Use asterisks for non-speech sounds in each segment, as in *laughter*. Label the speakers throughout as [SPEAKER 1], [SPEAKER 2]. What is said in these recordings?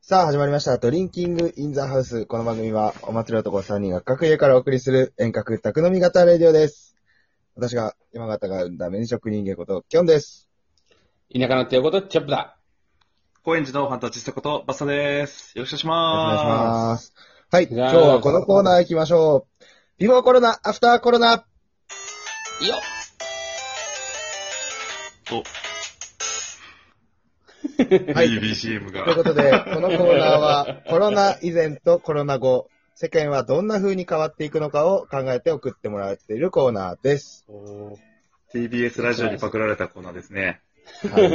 [SPEAKER 1] さあ、始まりました。ドリンキングインザハウス。この番組は、お祭り男3人が各家からお送りする遠隔宅飲み型レディオです。私が、山形が生んだ麺職人間こと、キョンです。
[SPEAKER 2] 田舎のっていうこと、チャップだ。
[SPEAKER 3] 高円寺のファンタジスタこと、バッサです。よろしくお願いし
[SPEAKER 1] お願いし
[SPEAKER 3] ま
[SPEAKER 1] ます。はい、
[SPEAKER 2] じ
[SPEAKER 1] 今
[SPEAKER 2] ゃあ
[SPEAKER 1] 日はこのコーナー行きましょう。ビフォーコロナ、アフターコロナ。
[SPEAKER 2] いいよ
[SPEAKER 3] す。お、
[SPEAKER 1] はい。
[SPEAKER 3] いい BGM が
[SPEAKER 1] ということで、このコーナーは、コロナ以前とコロナ後、世間はどんな風に変わっていくのかを考えて送ってもらっているコーナーです。
[SPEAKER 3] おー TBS ラジオにパクられたコーナーですね。
[SPEAKER 1] はい、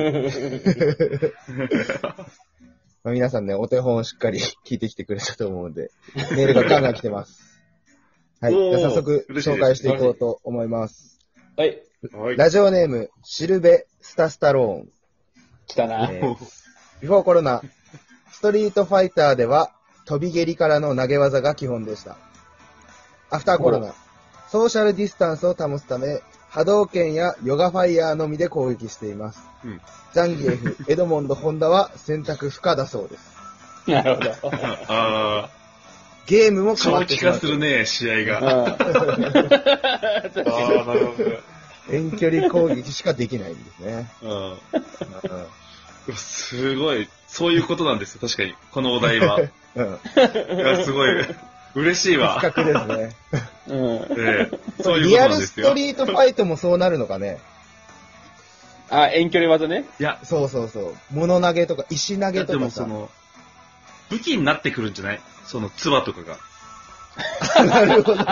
[SPEAKER 1] まあ皆さんね、お手本をしっかり *laughs* 聞いてきてくれたと思うんで、メールがガンガン来て
[SPEAKER 3] *laughs*
[SPEAKER 1] ます。はい。
[SPEAKER 3] おー
[SPEAKER 1] じゃあ早速、
[SPEAKER 3] 嬉しいです
[SPEAKER 1] 紹介していこうと思います。
[SPEAKER 2] はい、
[SPEAKER 3] は
[SPEAKER 1] ラジオネーム、シルベ・スタスタローン。
[SPEAKER 2] 来たな。
[SPEAKER 1] えービフォーコロナ、ストリートファイターでは、飛び蹴りからの投げ技が基本でした。アフターコロナ、ソーシャルディスタンスを保つため、波動拳やヨガファイヤーのみで攻撃しています。
[SPEAKER 3] うん
[SPEAKER 1] ザンギエフ、エドモンド、ホンダは選択不可だそうです。
[SPEAKER 2] なるほ
[SPEAKER 1] *laughs*
[SPEAKER 2] ど。
[SPEAKER 3] あ
[SPEAKER 1] ゲームも
[SPEAKER 3] ー、
[SPEAKER 1] 変わ
[SPEAKER 3] 長
[SPEAKER 1] って
[SPEAKER 3] 期
[SPEAKER 1] しま
[SPEAKER 3] 化
[SPEAKER 1] う
[SPEAKER 3] す。るね、試合
[SPEAKER 2] う
[SPEAKER 3] が。あ
[SPEAKER 2] ん確
[SPEAKER 3] ー、
[SPEAKER 2] かに
[SPEAKER 3] なるほど。
[SPEAKER 1] 遠距離攻撃しかできないんですね。
[SPEAKER 3] うん
[SPEAKER 1] う
[SPEAKER 3] うわすごい、そういうことなんですよ、確かに。このお題は。い
[SPEAKER 1] ん。うん。
[SPEAKER 3] やすごい、嬉しいわ。
[SPEAKER 1] 企画ですね。
[SPEAKER 2] うん。
[SPEAKER 3] ええそういうこ
[SPEAKER 1] リア
[SPEAKER 3] とな
[SPEAKER 1] ル
[SPEAKER 3] んで
[SPEAKER 1] ス
[SPEAKER 3] す
[SPEAKER 1] ト
[SPEAKER 3] よ。
[SPEAKER 1] リートファイトもそうなるのかね。
[SPEAKER 2] あ、遠距離
[SPEAKER 1] *laughs*
[SPEAKER 2] 技ね。
[SPEAKER 3] いや、
[SPEAKER 1] そうそうそう。物投げとか、石投
[SPEAKER 3] いや
[SPEAKER 1] げ
[SPEAKER 3] で
[SPEAKER 1] と
[SPEAKER 3] も
[SPEAKER 1] か
[SPEAKER 3] そ
[SPEAKER 1] さ。
[SPEAKER 3] の、武器になってくるんじゃないその、唾とか
[SPEAKER 1] な
[SPEAKER 3] が。
[SPEAKER 1] るほど。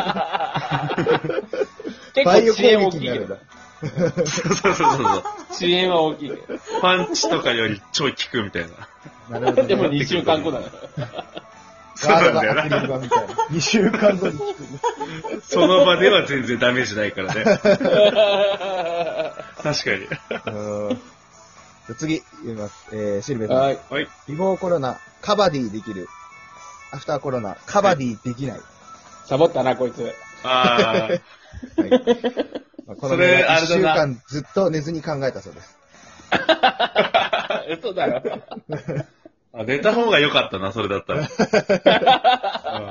[SPEAKER 2] 結
[SPEAKER 1] バ
[SPEAKER 2] 構
[SPEAKER 1] イオ
[SPEAKER 2] 遅延
[SPEAKER 1] 攻
[SPEAKER 2] 大
[SPEAKER 1] 撃
[SPEAKER 2] きい
[SPEAKER 1] にな
[SPEAKER 2] け
[SPEAKER 1] るん
[SPEAKER 2] ど
[SPEAKER 1] だ。。
[SPEAKER 3] そうそうそうそう。
[SPEAKER 2] 遅延は大きいけ
[SPEAKER 3] パンチとかよりちょい効くみたい
[SPEAKER 1] な
[SPEAKER 3] な。
[SPEAKER 1] るほど、
[SPEAKER 2] ど。
[SPEAKER 1] ね。
[SPEAKER 2] でも2週間後
[SPEAKER 1] *laughs*
[SPEAKER 2] だか
[SPEAKER 3] そう
[SPEAKER 1] ガー
[SPEAKER 3] な
[SPEAKER 1] ド
[SPEAKER 3] んだよ
[SPEAKER 1] がアクリル
[SPEAKER 3] な。
[SPEAKER 1] 板みたいな。2週間後に効くんだ。
[SPEAKER 3] その場では全然ダメージないからね。
[SPEAKER 2] ら。
[SPEAKER 3] 確かに。
[SPEAKER 1] うん。じゃあ次、言います。えー、シルベさん。
[SPEAKER 2] はい。
[SPEAKER 3] はい。
[SPEAKER 1] ビフォーコロナ、カバディできる。アフターコロナ、カバディできない。
[SPEAKER 3] *laughs*
[SPEAKER 2] サボったな、こいつ。
[SPEAKER 3] あー
[SPEAKER 1] はい。まあこの
[SPEAKER 3] それあ
[SPEAKER 1] 1
[SPEAKER 3] れ
[SPEAKER 1] 週
[SPEAKER 3] だな
[SPEAKER 1] 間ずっと寝ずに考えたそうです。
[SPEAKER 2] 嘘だろ。
[SPEAKER 3] あ。寝た方が良かったな、それだ *laughs* ったら。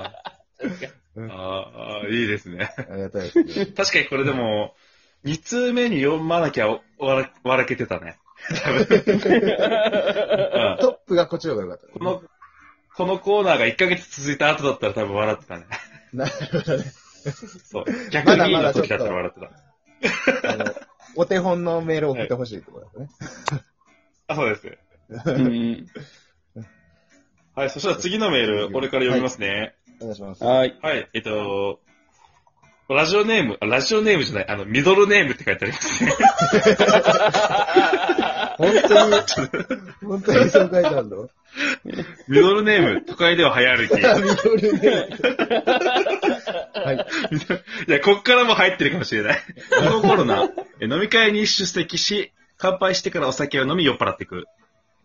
[SPEAKER 3] あ
[SPEAKER 1] う
[SPEAKER 3] ー
[SPEAKER 1] ん
[SPEAKER 3] あー、いいですね。
[SPEAKER 1] ありがたいですね。
[SPEAKER 3] 確かにこれでも、2通目に読まなきゃわらわらけてたね。多分うん
[SPEAKER 1] トップがこっちの方が良かった。
[SPEAKER 3] この、このコーナーが1ヶ月続いた後だったら多分笑ってたね。
[SPEAKER 1] なるほどね。
[SPEAKER 3] そう。逆にい
[SPEAKER 1] ま
[SPEAKER 3] い
[SPEAKER 1] だまだ
[SPEAKER 3] の
[SPEAKER 1] ちょっと
[SPEAKER 3] 時だったら笑ってた。
[SPEAKER 1] あの、お手本のメールを送ってほしいところですね。
[SPEAKER 3] あ、そうです。
[SPEAKER 2] うん。
[SPEAKER 3] はい、そしたら次のメール、俺から読みますね。
[SPEAKER 1] お願いします。
[SPEAKER 2] はい。
[SPEAKER 3] はい、えっと、ラジオネーム、あラジオネームじゃない、あの、ミドルネームって書いてありますね。
[SPEAKER 1] 本当に、本当に紹介したんだ。
[SPEAKER 3] *laughs* ミドルネーム、都会では早歩き。
[SPEAKER 1] あ緑ね。はい。
[SPEAKER 3] いや、こっからも入ってるかもしれない。 *laughs* このコロナ、え飲み会に出席し、乾杯してからお酒を飲み酔っ払ってくる。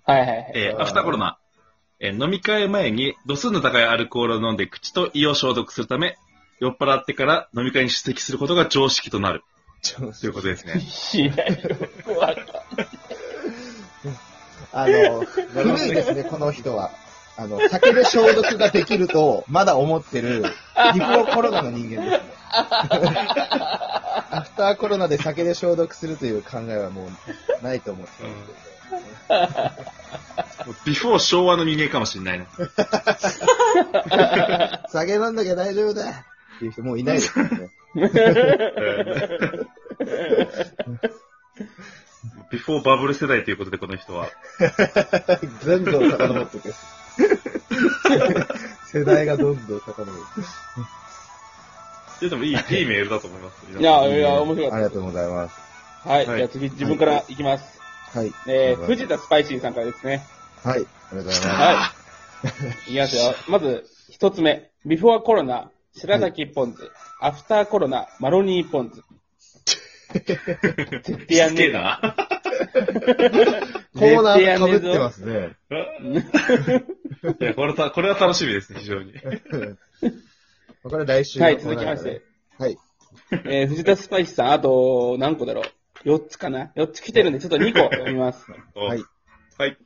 [SPEAKER 2] はいは
[SPEAKER 1] *laughs*
[SPEAKER 2] いはい。
[SPEAKER 3] えー
[SPEAKER 1] あー
[SPEAKER 3] アフターコロナ、え飲み会前に度数の高いアルコールを飲んで口と胃を消毒するため、酔っ払ってから飲み会に出席することが常識となる。
[SPEAKER 1] ちょ
[SPEAKER 3] ということです *laughs* ね。
[SPEAKER 2] 知らんよくわかんない
[SPEAKER 1] あの、古いですね、この人は。あの、酒で消毒ができると、まだ思ってる、リプロコロナの人間
[SPEAKER 3] *laughs*
[SPEAKER 1] ですね。アフターコロナで酒で消毒するという考えはもうないと思ってます
[SPEAKER 3] もうビフォー昭和の人間かもしれないね。
[SPEAKER 1] 酒飲んだけ大丈夫だっていう人もういないですよね。
[SPEAKER 3] ビフォーバブル世代ということで、この人は。
[SPEAKER 1] 全どん遡って *laughs* く。世代がどんどん遡る。
[SPEAKER 3] いや、でもいい、いいメールだと思います。
[SPEAKER 2] *laughs* いや、いや、面白
[SPEAKER 1] あ
[SPEAKER 2] か
[SPEAKER 1] り
[SPEAKER 2] っ
[SPEAKER 1] がとうございます。
[SPEAKER 2] た。はい。
[SPEAKER 3] はい
[SPEAKER 2] じゃあ次、自分からいきます。
[SPEAKER 1] はい。
[SPEAKER 2] えー、藤田スパイシーさんからですね。
[SPEAKER 1] はい。ありがとうございます。
[SPEAKER 2] ははい。いきますよ。まず、一つ目。ビフォーコロナ、白崎ポン酢。アフターコロナ、マロニーポン酢。絶対や
[SPEAKER 3] や
[SPEAKER 2] ん
[SPEAKER 3] ん
[SPEAKER 2] ね
[SPEAKER 3] ね
[SPEAKER 2] え
[SPEAKER 3] え
[SPEAKER 2] な。
[SPEAKER 3] な。
[SPEAKER 1] コーナー被ってますね。
[SPEAKER 3] いや、これた、これは楽しみですね、非常に。
[SPEAKER 1] これ来週の
[SPEAKER 2] は
[SPEAKER 1] コー
[SPEAKER 2] い、
[SPEAKER 1] ナー
[SPEAKER 2] 続きまして。
[SPEAKER 1] はい。
[SPEAKER 2] えー、藤田スパイシーさん、あと、何個だろう。4つかな ?4 つ来てるんで、ちょっと2個読みます。
[SPEAKER 3] お
[SPEAKER 1] はい。
[SPEAKER 3] はい。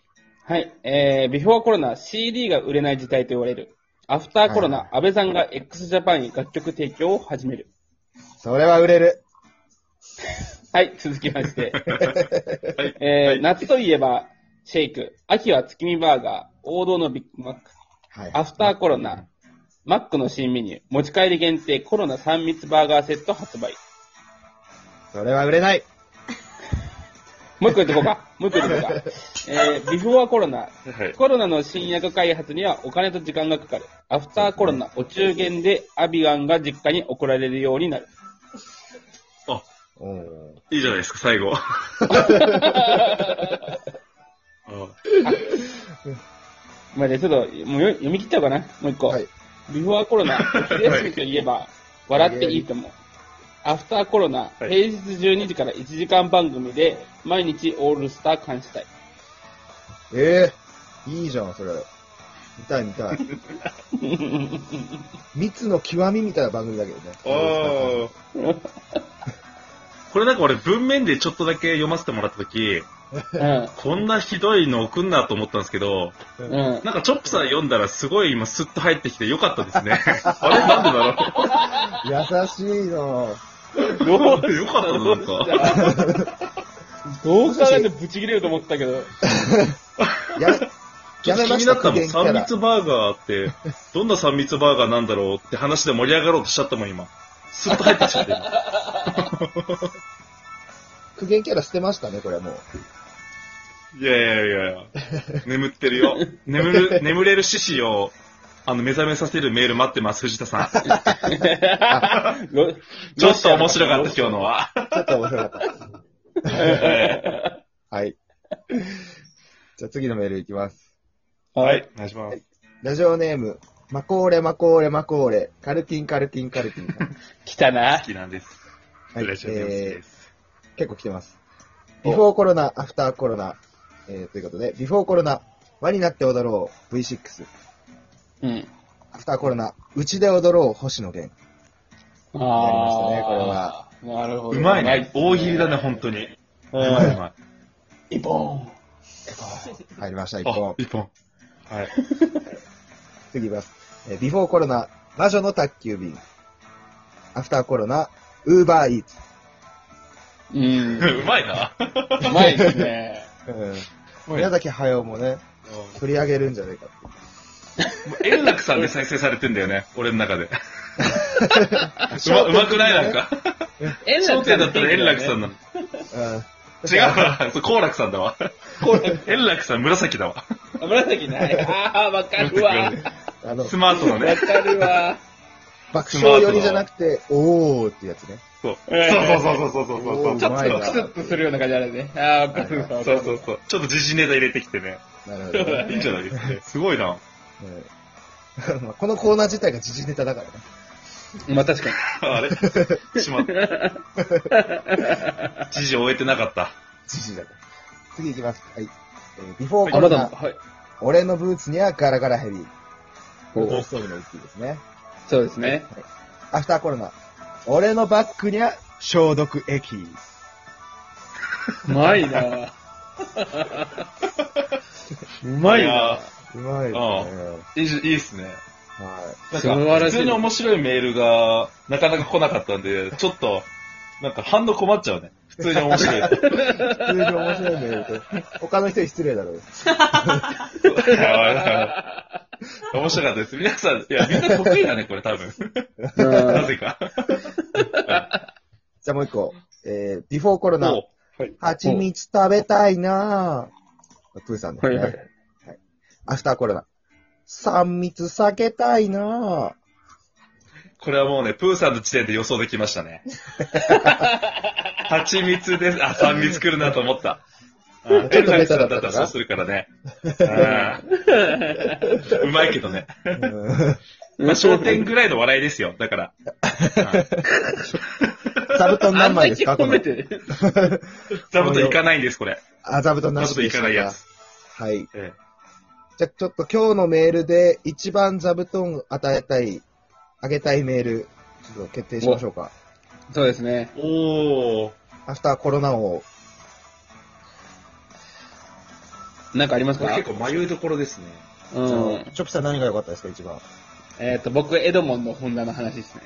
[SPEAKER 2] はい。えー、ビフォーコロナ CD が売れない事態と言われる。アフターコ
[SPEAKER 1] は
[SPEAKER 2] ロ
[SPEAKER 1] い
[SPEAKER 2] ナ、安倍さんが x ジャパンに楽曲提供を始める。
[SPEAKER 1] それは売れる。
[SPEAKER 2] *laughs* はい、続きまして。えー夏といえば、シェイク。秋は月見バーガー。王道のビッグマック。
[SPEAKER 1] はい。
[SPEAKER 2] アフターコロナ。マックの新メニュー。持ち帰り限定コロナ3密バーガーセット発売。
[SPEAKER 1] それは売れない。
[SPEAKER 2] もう一個言ってこう *laughs* か。もう一個言ってこうか。えー、ビフォーコロナ。
[SPEAKER 3] はい。
[SPEAKER 2] コロナの新薬開発にはお金と時間がかかる。アフターコロナ、お中元でアビガンが実家に送られるようになる。
[SPEAKER 3] あ、
[SPEAKER 1] おー
[SPEAKER 3] いいじゃないですか、最後。あ
[SPEAKER 2] まあね、ちょっと、もうよ読み切っちゃおうかな。もう一個。
[SPEAKER 1] はい。
[SPEAKER 2] ビフォーコロナ、昼休みといえば、笑っていいと思う。アフターコロナ、
[SPEAKER 3] は
[SPEAKER 2] 平
[SPEAKER 3] い
[SPEAKER 2] 日12時から1時間番組で、毎日オールスター監視
[SPEAKER 3] *laughs*
[SPEAKER 2] 隊。
[SPEAKER 1] ええいいじゃん、それ。見たい見 *laughs* たい。密の極みみたいな番組だけどね。
[SPEAKER 3] あ。これなんか俺文面でちょっとだけ読ませてもらったとき、
[SPEAKER 2] うん。
[SPEAKER 3] こんなひどいの送んなと思ったんですけど、
[SPEAKER 2] うん。
[SPEAKER 3] なんかチョップさん読んだらすごい今スッと入ってきてよかったですね。 *laughs* あれなんでだろう
[SPEAKER 1] 優しいの。
[SPEAKER 2] どう
[SPEAKER 3] よかったな、なんか。
[SPEAKER 2] どう考えてもブチ切れると思ってたけ
[SPEAKER 3] *laughs*
[SPEAKER 2] ど。
[SPEAKER 1] や、
[SPEAKER 3] ち
[SPEAKER 1] や
[SPEAKER 3] ょっと
[SPEAKER 1] め
[SPEAKER 3] 気
[SPEAKER 1] ま
[SPEAKER 3] に
[SPEAKER 1] し
[SPEAKER 3] な
[SPEAKER 1] た、
[SPEAKER 3] ったもん。
[SPEAKER 1] 苦言キャ
[SPEAKER 3] 三
[SPEAKER 1] ラ。
[SPEAKER 3] 密バーガーって、どんな三密バーガーなんだろうって話で盛り上がろうとしちゃったもん、今。スッと入ってきちゃって。今
[SPEAKER 1] 苦言キャラ捨てましたね、これもう。
[SPEAKER 3] いやいやいやいや。眠ってるよ。眠る、眠れる獅子を、あの、目覚めさせるメール待ってます、藤田さん。
[SPEAKER 2] ロ
[SPEAKER 3] ちょっと面白かった、今日のは。
[SPEAKER 1] ちょっと面白かった。はい。じゃあ次のメールいきます。
[SPEAKER 3] は
[SPEAKER 2] はいい。、
[SPEAKER 3] お願いします。
[SPEAKER 1] ラジオネーム、マコーレマコーレマコーレ、カルキンカルキンカルキン。
[SPEAKER 2] 来たな
[SPEAKER 3] 好。きなんです。
[SPEAKER 1] はい、
[SPEAKER 3] ラジオネーム好き
[SPEAKER 1] え
[SPEAKER 3] で
[SPEAKER 1] ー、
[SPEAKER 3] す。
[SPEAKER 1] 結構来てます。
[SPEAKER 3] お
[SPEAKER 1] ビフォーコロナ、アフターコロナ、えー、ということで、ビフォーコロナ、輪になって踊ろう、V6。
[SPEAKER 2] うん。
[SPEAKER 1] アフターコロナ、うちで踊ろう、星野源。
[SPEAKER 2] あ
[SPEAKER 1] あ
[SPEAKER 2] りましたね、これは。なるほど。
[SPEAKER 3] うまいね。大喜利だね、本当に。
[SPEAKER 2] う。
[SPEAKER 3] うまいうんま
[SPEAKER 2] 一本。
[SPEAKER 1] 入りました、
[SPEAKER 3] い。
[SPEAKER 1] 一
[SPEAKER 3] あ
[SPEAKER 1] 本、。
[SPEAKER 3] 一本。はい。
[SPEAKER 1] 次いきます。えービフォーコロナ、魔女の宅急便。アフターコロナ、ウーバーイーツ。
[SPEAKER 2] うん。
[SPEAKER 3] *laughs* うまいな。
[SPEAKER 2] うまいですね。
[SPEAKER 1] うん。宮崎駿もね、取り上げるんじゃないかって。
[SPEAKER 3] もう円楽さんで再生されてんだよね、俺の *laughs* 中で。うま、うまくないなんか。
[SPEAKER 2] 円
[SPEAKER 3] *laughs* 笑点だったら円楽
[SPEAKER 2] *laughs*
[SPEAKER 3] さんな
[SPEAKER 1] う
[SPEAKER 3] の。
[SPEAKER 1] ん。
[SPEAKER 3] 違うわ、そう、好楽さんだわ。円楽さん紫だわ。
[SPEAKER 2] あ紫ない。 *laughs* ああ、わかるわ。
[SPEAKER 1] あの
[SPEAKER 3] *laughs* ス、マートの
[SPEAKER 2] わ
[SPEAKER 3] ね。
[SPEAKER 2] かるわ。
[SPEAKER 1] 爆笑寄りじゃなくて、おーってやつね。
[SPEAKER 3] そう。
[SPEAKER 2] えー
[SPEAKER 3] そうそうそうそうそうそう。
[SPEAKER 1] おー
[SPEAKER 3] ち
[SPEAKER 2] ち
[SPEAKER 3] ょ
[SPEAKER 1] う
[SPEAKER 2] ょ
[SPEAKER 3] っ
[SPEAKER 2] っ
[SPEAKER 1] まい
[SPEAKER 2] と
[SPEAKER 1] な
[SPEAKER 2] クスッとするような感じあるね。ああ、わかるわ。わか
[SPEAKER 3] と、
[SPEAKER 2] る
[SPEAKER 3] そうそうそう。ちょっと時事ネタ入れてきてね。
[SPEAKER 1] なるほ
[SPEAKER 2] そ
[SPEAKER 1] ど、
[SPEAKER 2] うだ
[SPEAKER 1] ね
[SPEAKER 2] ね。
[SPEAKER 3] いいんじゃないですか。すごい
[SPEAKER 1] う
[SPEAKER 3] な。
[SPEAKER 1] ん *laughs* まあこのコーナー自体が時事ネタだからね。
[SPEAKER 2] まあ確かに。
[SPEAKER 3] あ *laughs* れしまった。時事終えてなかった。
[SPEAKER 1] 時事だから。次行きます。はい。えービフォー
[SPEAKER 2] あ、
[SPEAKER 1] コ
[SPEAKER 2] ま
[SPEAKER 1] ロナ、
[SPEAKER 2] だ、はい。
[SPEAKER 1] 俺のブーツにはガラガラヘビー。これ
[SPEAKER 3] お
[SPEAKER 1] ドストーリーの一気ですね。
[SPEAKER 2] そうですね。
[SPEAKER 1] アフターコロナ、俺のバッグには消毒液。
[SPEAKER 2] うまいなうまいな
[SPEAKER 1] うまいですね。はい
[SPEAKER 3] いじいいっすね。
[SPEAKER 2] *laughs*
[SPEAKER 3] なん
[SPEAKER 2] 素
[SPEAKER 3] か
[SPEAKER 2] 晴ら
[SPEAKER 3] 普
[SPEAKER 2] しい
[SPEAKER 3] 通に面白いメールがなかなか来なかったんで、ちょっと、なんか反応困っちゃうね。普通に
[SPEAKER 1] *laughs*
[SPEAKER 3] 面白い。
[SPEAKER 1] い。普通に面白いメールと。他の人に失礼だろう。
[SPEAKER 3] 面白かったです。皆さん、いや、みんな得意だね、これ多分。
[SPEAKER 2] うん
[SPEAKER 3] なぜか。
[SPEAKER 1] じゃあもう一個。えー、ビフォーコロナ、
[SPEAKER 3] おはい。
[SPEAKER 1] 蜂蜜食べたいなぁ。プーさんですね。
[SPEAKER 2] はいはい
[SPEAKER 1] アフターコロナ。三密避けたいなぁ。
[SPEAKER 3] これはもうね、プーさんの時点で予想できましたね。蜂蜜です。あ、三蜜来るなと思った。うん
[SPEAKER 1] ちょっとベタだったかな
[SPEAKER 3] 円楽さんらそうするからね。
[SPEAKER 1] *laughs*
[SPEAKER 3] うんうまいけどね。
[SPEAKER 1] うん
[SPEAKER 3] まあ、焦点ぐらいの笑いですよ。だから。
[SPEAKER 1] 座布団何
[SPEAKER 2] あんま
[SPEAKER 1] 枚
[SPEAKER 2] り
[SPEAKER 1] ですかこ
[SPEAKER 2] 褒
[SPEAKER 1] の
[SPEAKER 2] め。てる。
[SPEAKER 3] 座布団いかないんです、これ。
[SPEAKER 1] あ、座布団な
[SPEAKER 3] 座
[SPEAKER 1] し
[SPEAKER 3] 布団
[SPEAKER 1] で
[SPEAKER 3] い
[SPEAKER 1] した
[SPEAKER 3] か
[SPEAKER 1] か
[SPEAKER 3] ないやつ。
[SPEAKER 1] はい。
[SPEAKER 3] ええ
[SPEAKER 1] じゃあちょっと今日のメールで一番座布団与えたい、あげたいメール、ちょっと決定しましょうか。
[SPEAKER 2] そうですね。
[SPEAKER 3] おー。
[SPEAKER 1] アフターコロナ王。
[SPEAKER 2] なんかあります
[SPEAKER 3] これ
[SPEAKER 2] か
[SPEAKER 3] 結構迷いどころですね。
[SPEAKER 2] う
[SPEAKER 1] あ
[SPEAKER 2] ん
[SPEAKER 1] の。チョピさん何が良かったですか、一番。
[SPEAKER 2] えっ、と、僕、エドモンの本田の話ですね。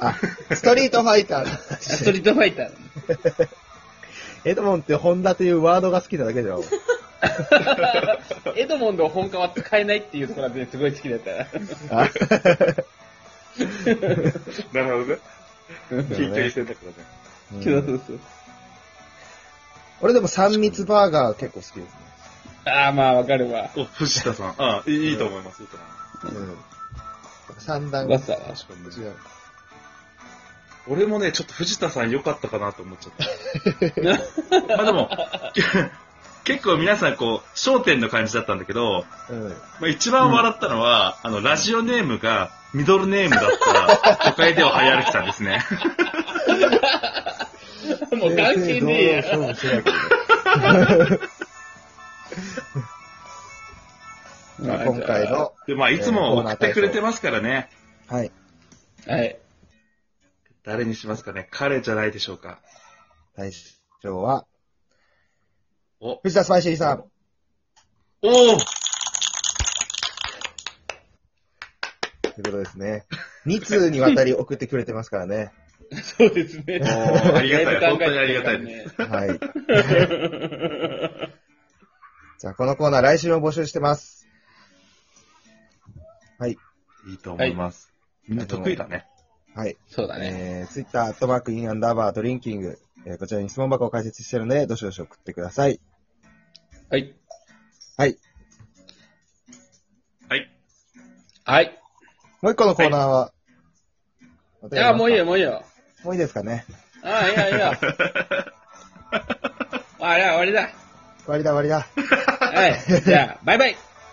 [SPEAKER 1] あ、ストリートファイターの
[SPEAKER 2] あスト
[SPEAKER 1] 話。
[SPEAKER 2] リートファイター。
[SPEAKER 1] *laughs* エドモンってホンダというワードが好きなだけ
[SPEAKER 2] *laughs*
[SPEAKER 1] じゃん。
[SPEAKER 2] エドモンドを本家は使えないっていうところはすごい好きだったら。
[SPEAKER 1] あ
[SPEAKER 3] なるほどね。
[SPEAKER 1] ね
[SPEAKER 3] 緊張してたからね。
[SPEAKER 1] う
[SPEAKER 2] そうんそうそう。
[SPEAKER 1] 俺でも三密バーガー結構好きですね。
[SPEAKER 2] ああ、まあわかるわ。
[SPEAKER 3] お、藤田さん。ああ、いいいいと思います。いいと思いま
[SPEAKER 1] うん。三段
[SPEAKER 2] わさ
[SPEAKER 3] す。確か
[SPEAKER 1] 違
[SPEAKER 3] に。
[SPEAKER 1] う。
[SPEAKER 3] 俺もね、ちょっと藤田さん良かったかなと思っちゃ *laughs* った。まあでも、 *laughs* 結構皆さんこう、焦点の感じだったんだけど、
[SPEAKER 1] うん。
[SPEAKER 3] まあ、一番笑ったのは、あの、ラジオネームがミドルネームだった、都会では流行るきさんです *laughs* ね。
[SPEAKER 2] もう関係ねえや。
[SPEAKER 1] そうそうそうまあ今回の。、
[SPEAKER 3] で、まあいつも送ってくれてますからね。
[SPEAKER 1] はい。
[SPEAKER 2] はい。
[SPEAKER 3] 誰にしますかね彼じゃないでしょうか。
[SPEAKER 1] 対象は、
[SPEAKER 3] お、
[SPEAKER 1] 藤田スパイシーさん。
[SPEAKER 3] おお
[SPEAKER 1] ということですね。2通にわたり送ってくれてますからね。
[SPEAKER 2] そうですね。
[SPEAKER 3] ありがたい
[SPEAKER 2] だぶ考えて
[SPEAKER 3] 本当にありがたいです
[SPEAKER 2] ね。
[SPEAKER 1] *laughs* はい。じゃあ、このコーナー来週も募集してます。
[SPEAKER 3] いいと思います。みんな得意だね。
[SPEAKER 1] はい。
[SPEAKER 2] そうだね。
[SPEAKER 1] えー、ツイッター、アットマーク、インアンダーバー、ドリンキング。えー、こちらに質問箱を開設してるので、どしどし送ってください。
[SPEAKER 2] はい。
[SPEAKER 1] はい。
[SPEAKER 3] はい。
[SPEAKER 2] はい。
[SPEAKER 1] もう一個のコーナーは、お
[SPEAKER 2] い
[SPEAKER 1] 便りあります
[SPEAKER 2] や、
[SPEAKER 1] か
[SPEAKER 2] もういいよ、。もういいよ。
[SPEAKER 1] もういいですかね。
[SPEAKER 2] ああ、いいよ、いい
[SPEAKER 3] *laughs*
[SPEAKER 2] よ。ああ、いや、終わりだ。
[SPEAKER 1] 終わりだ、終わりだ。
[SPEAKER 2] はい。じゃあ、バイバイ。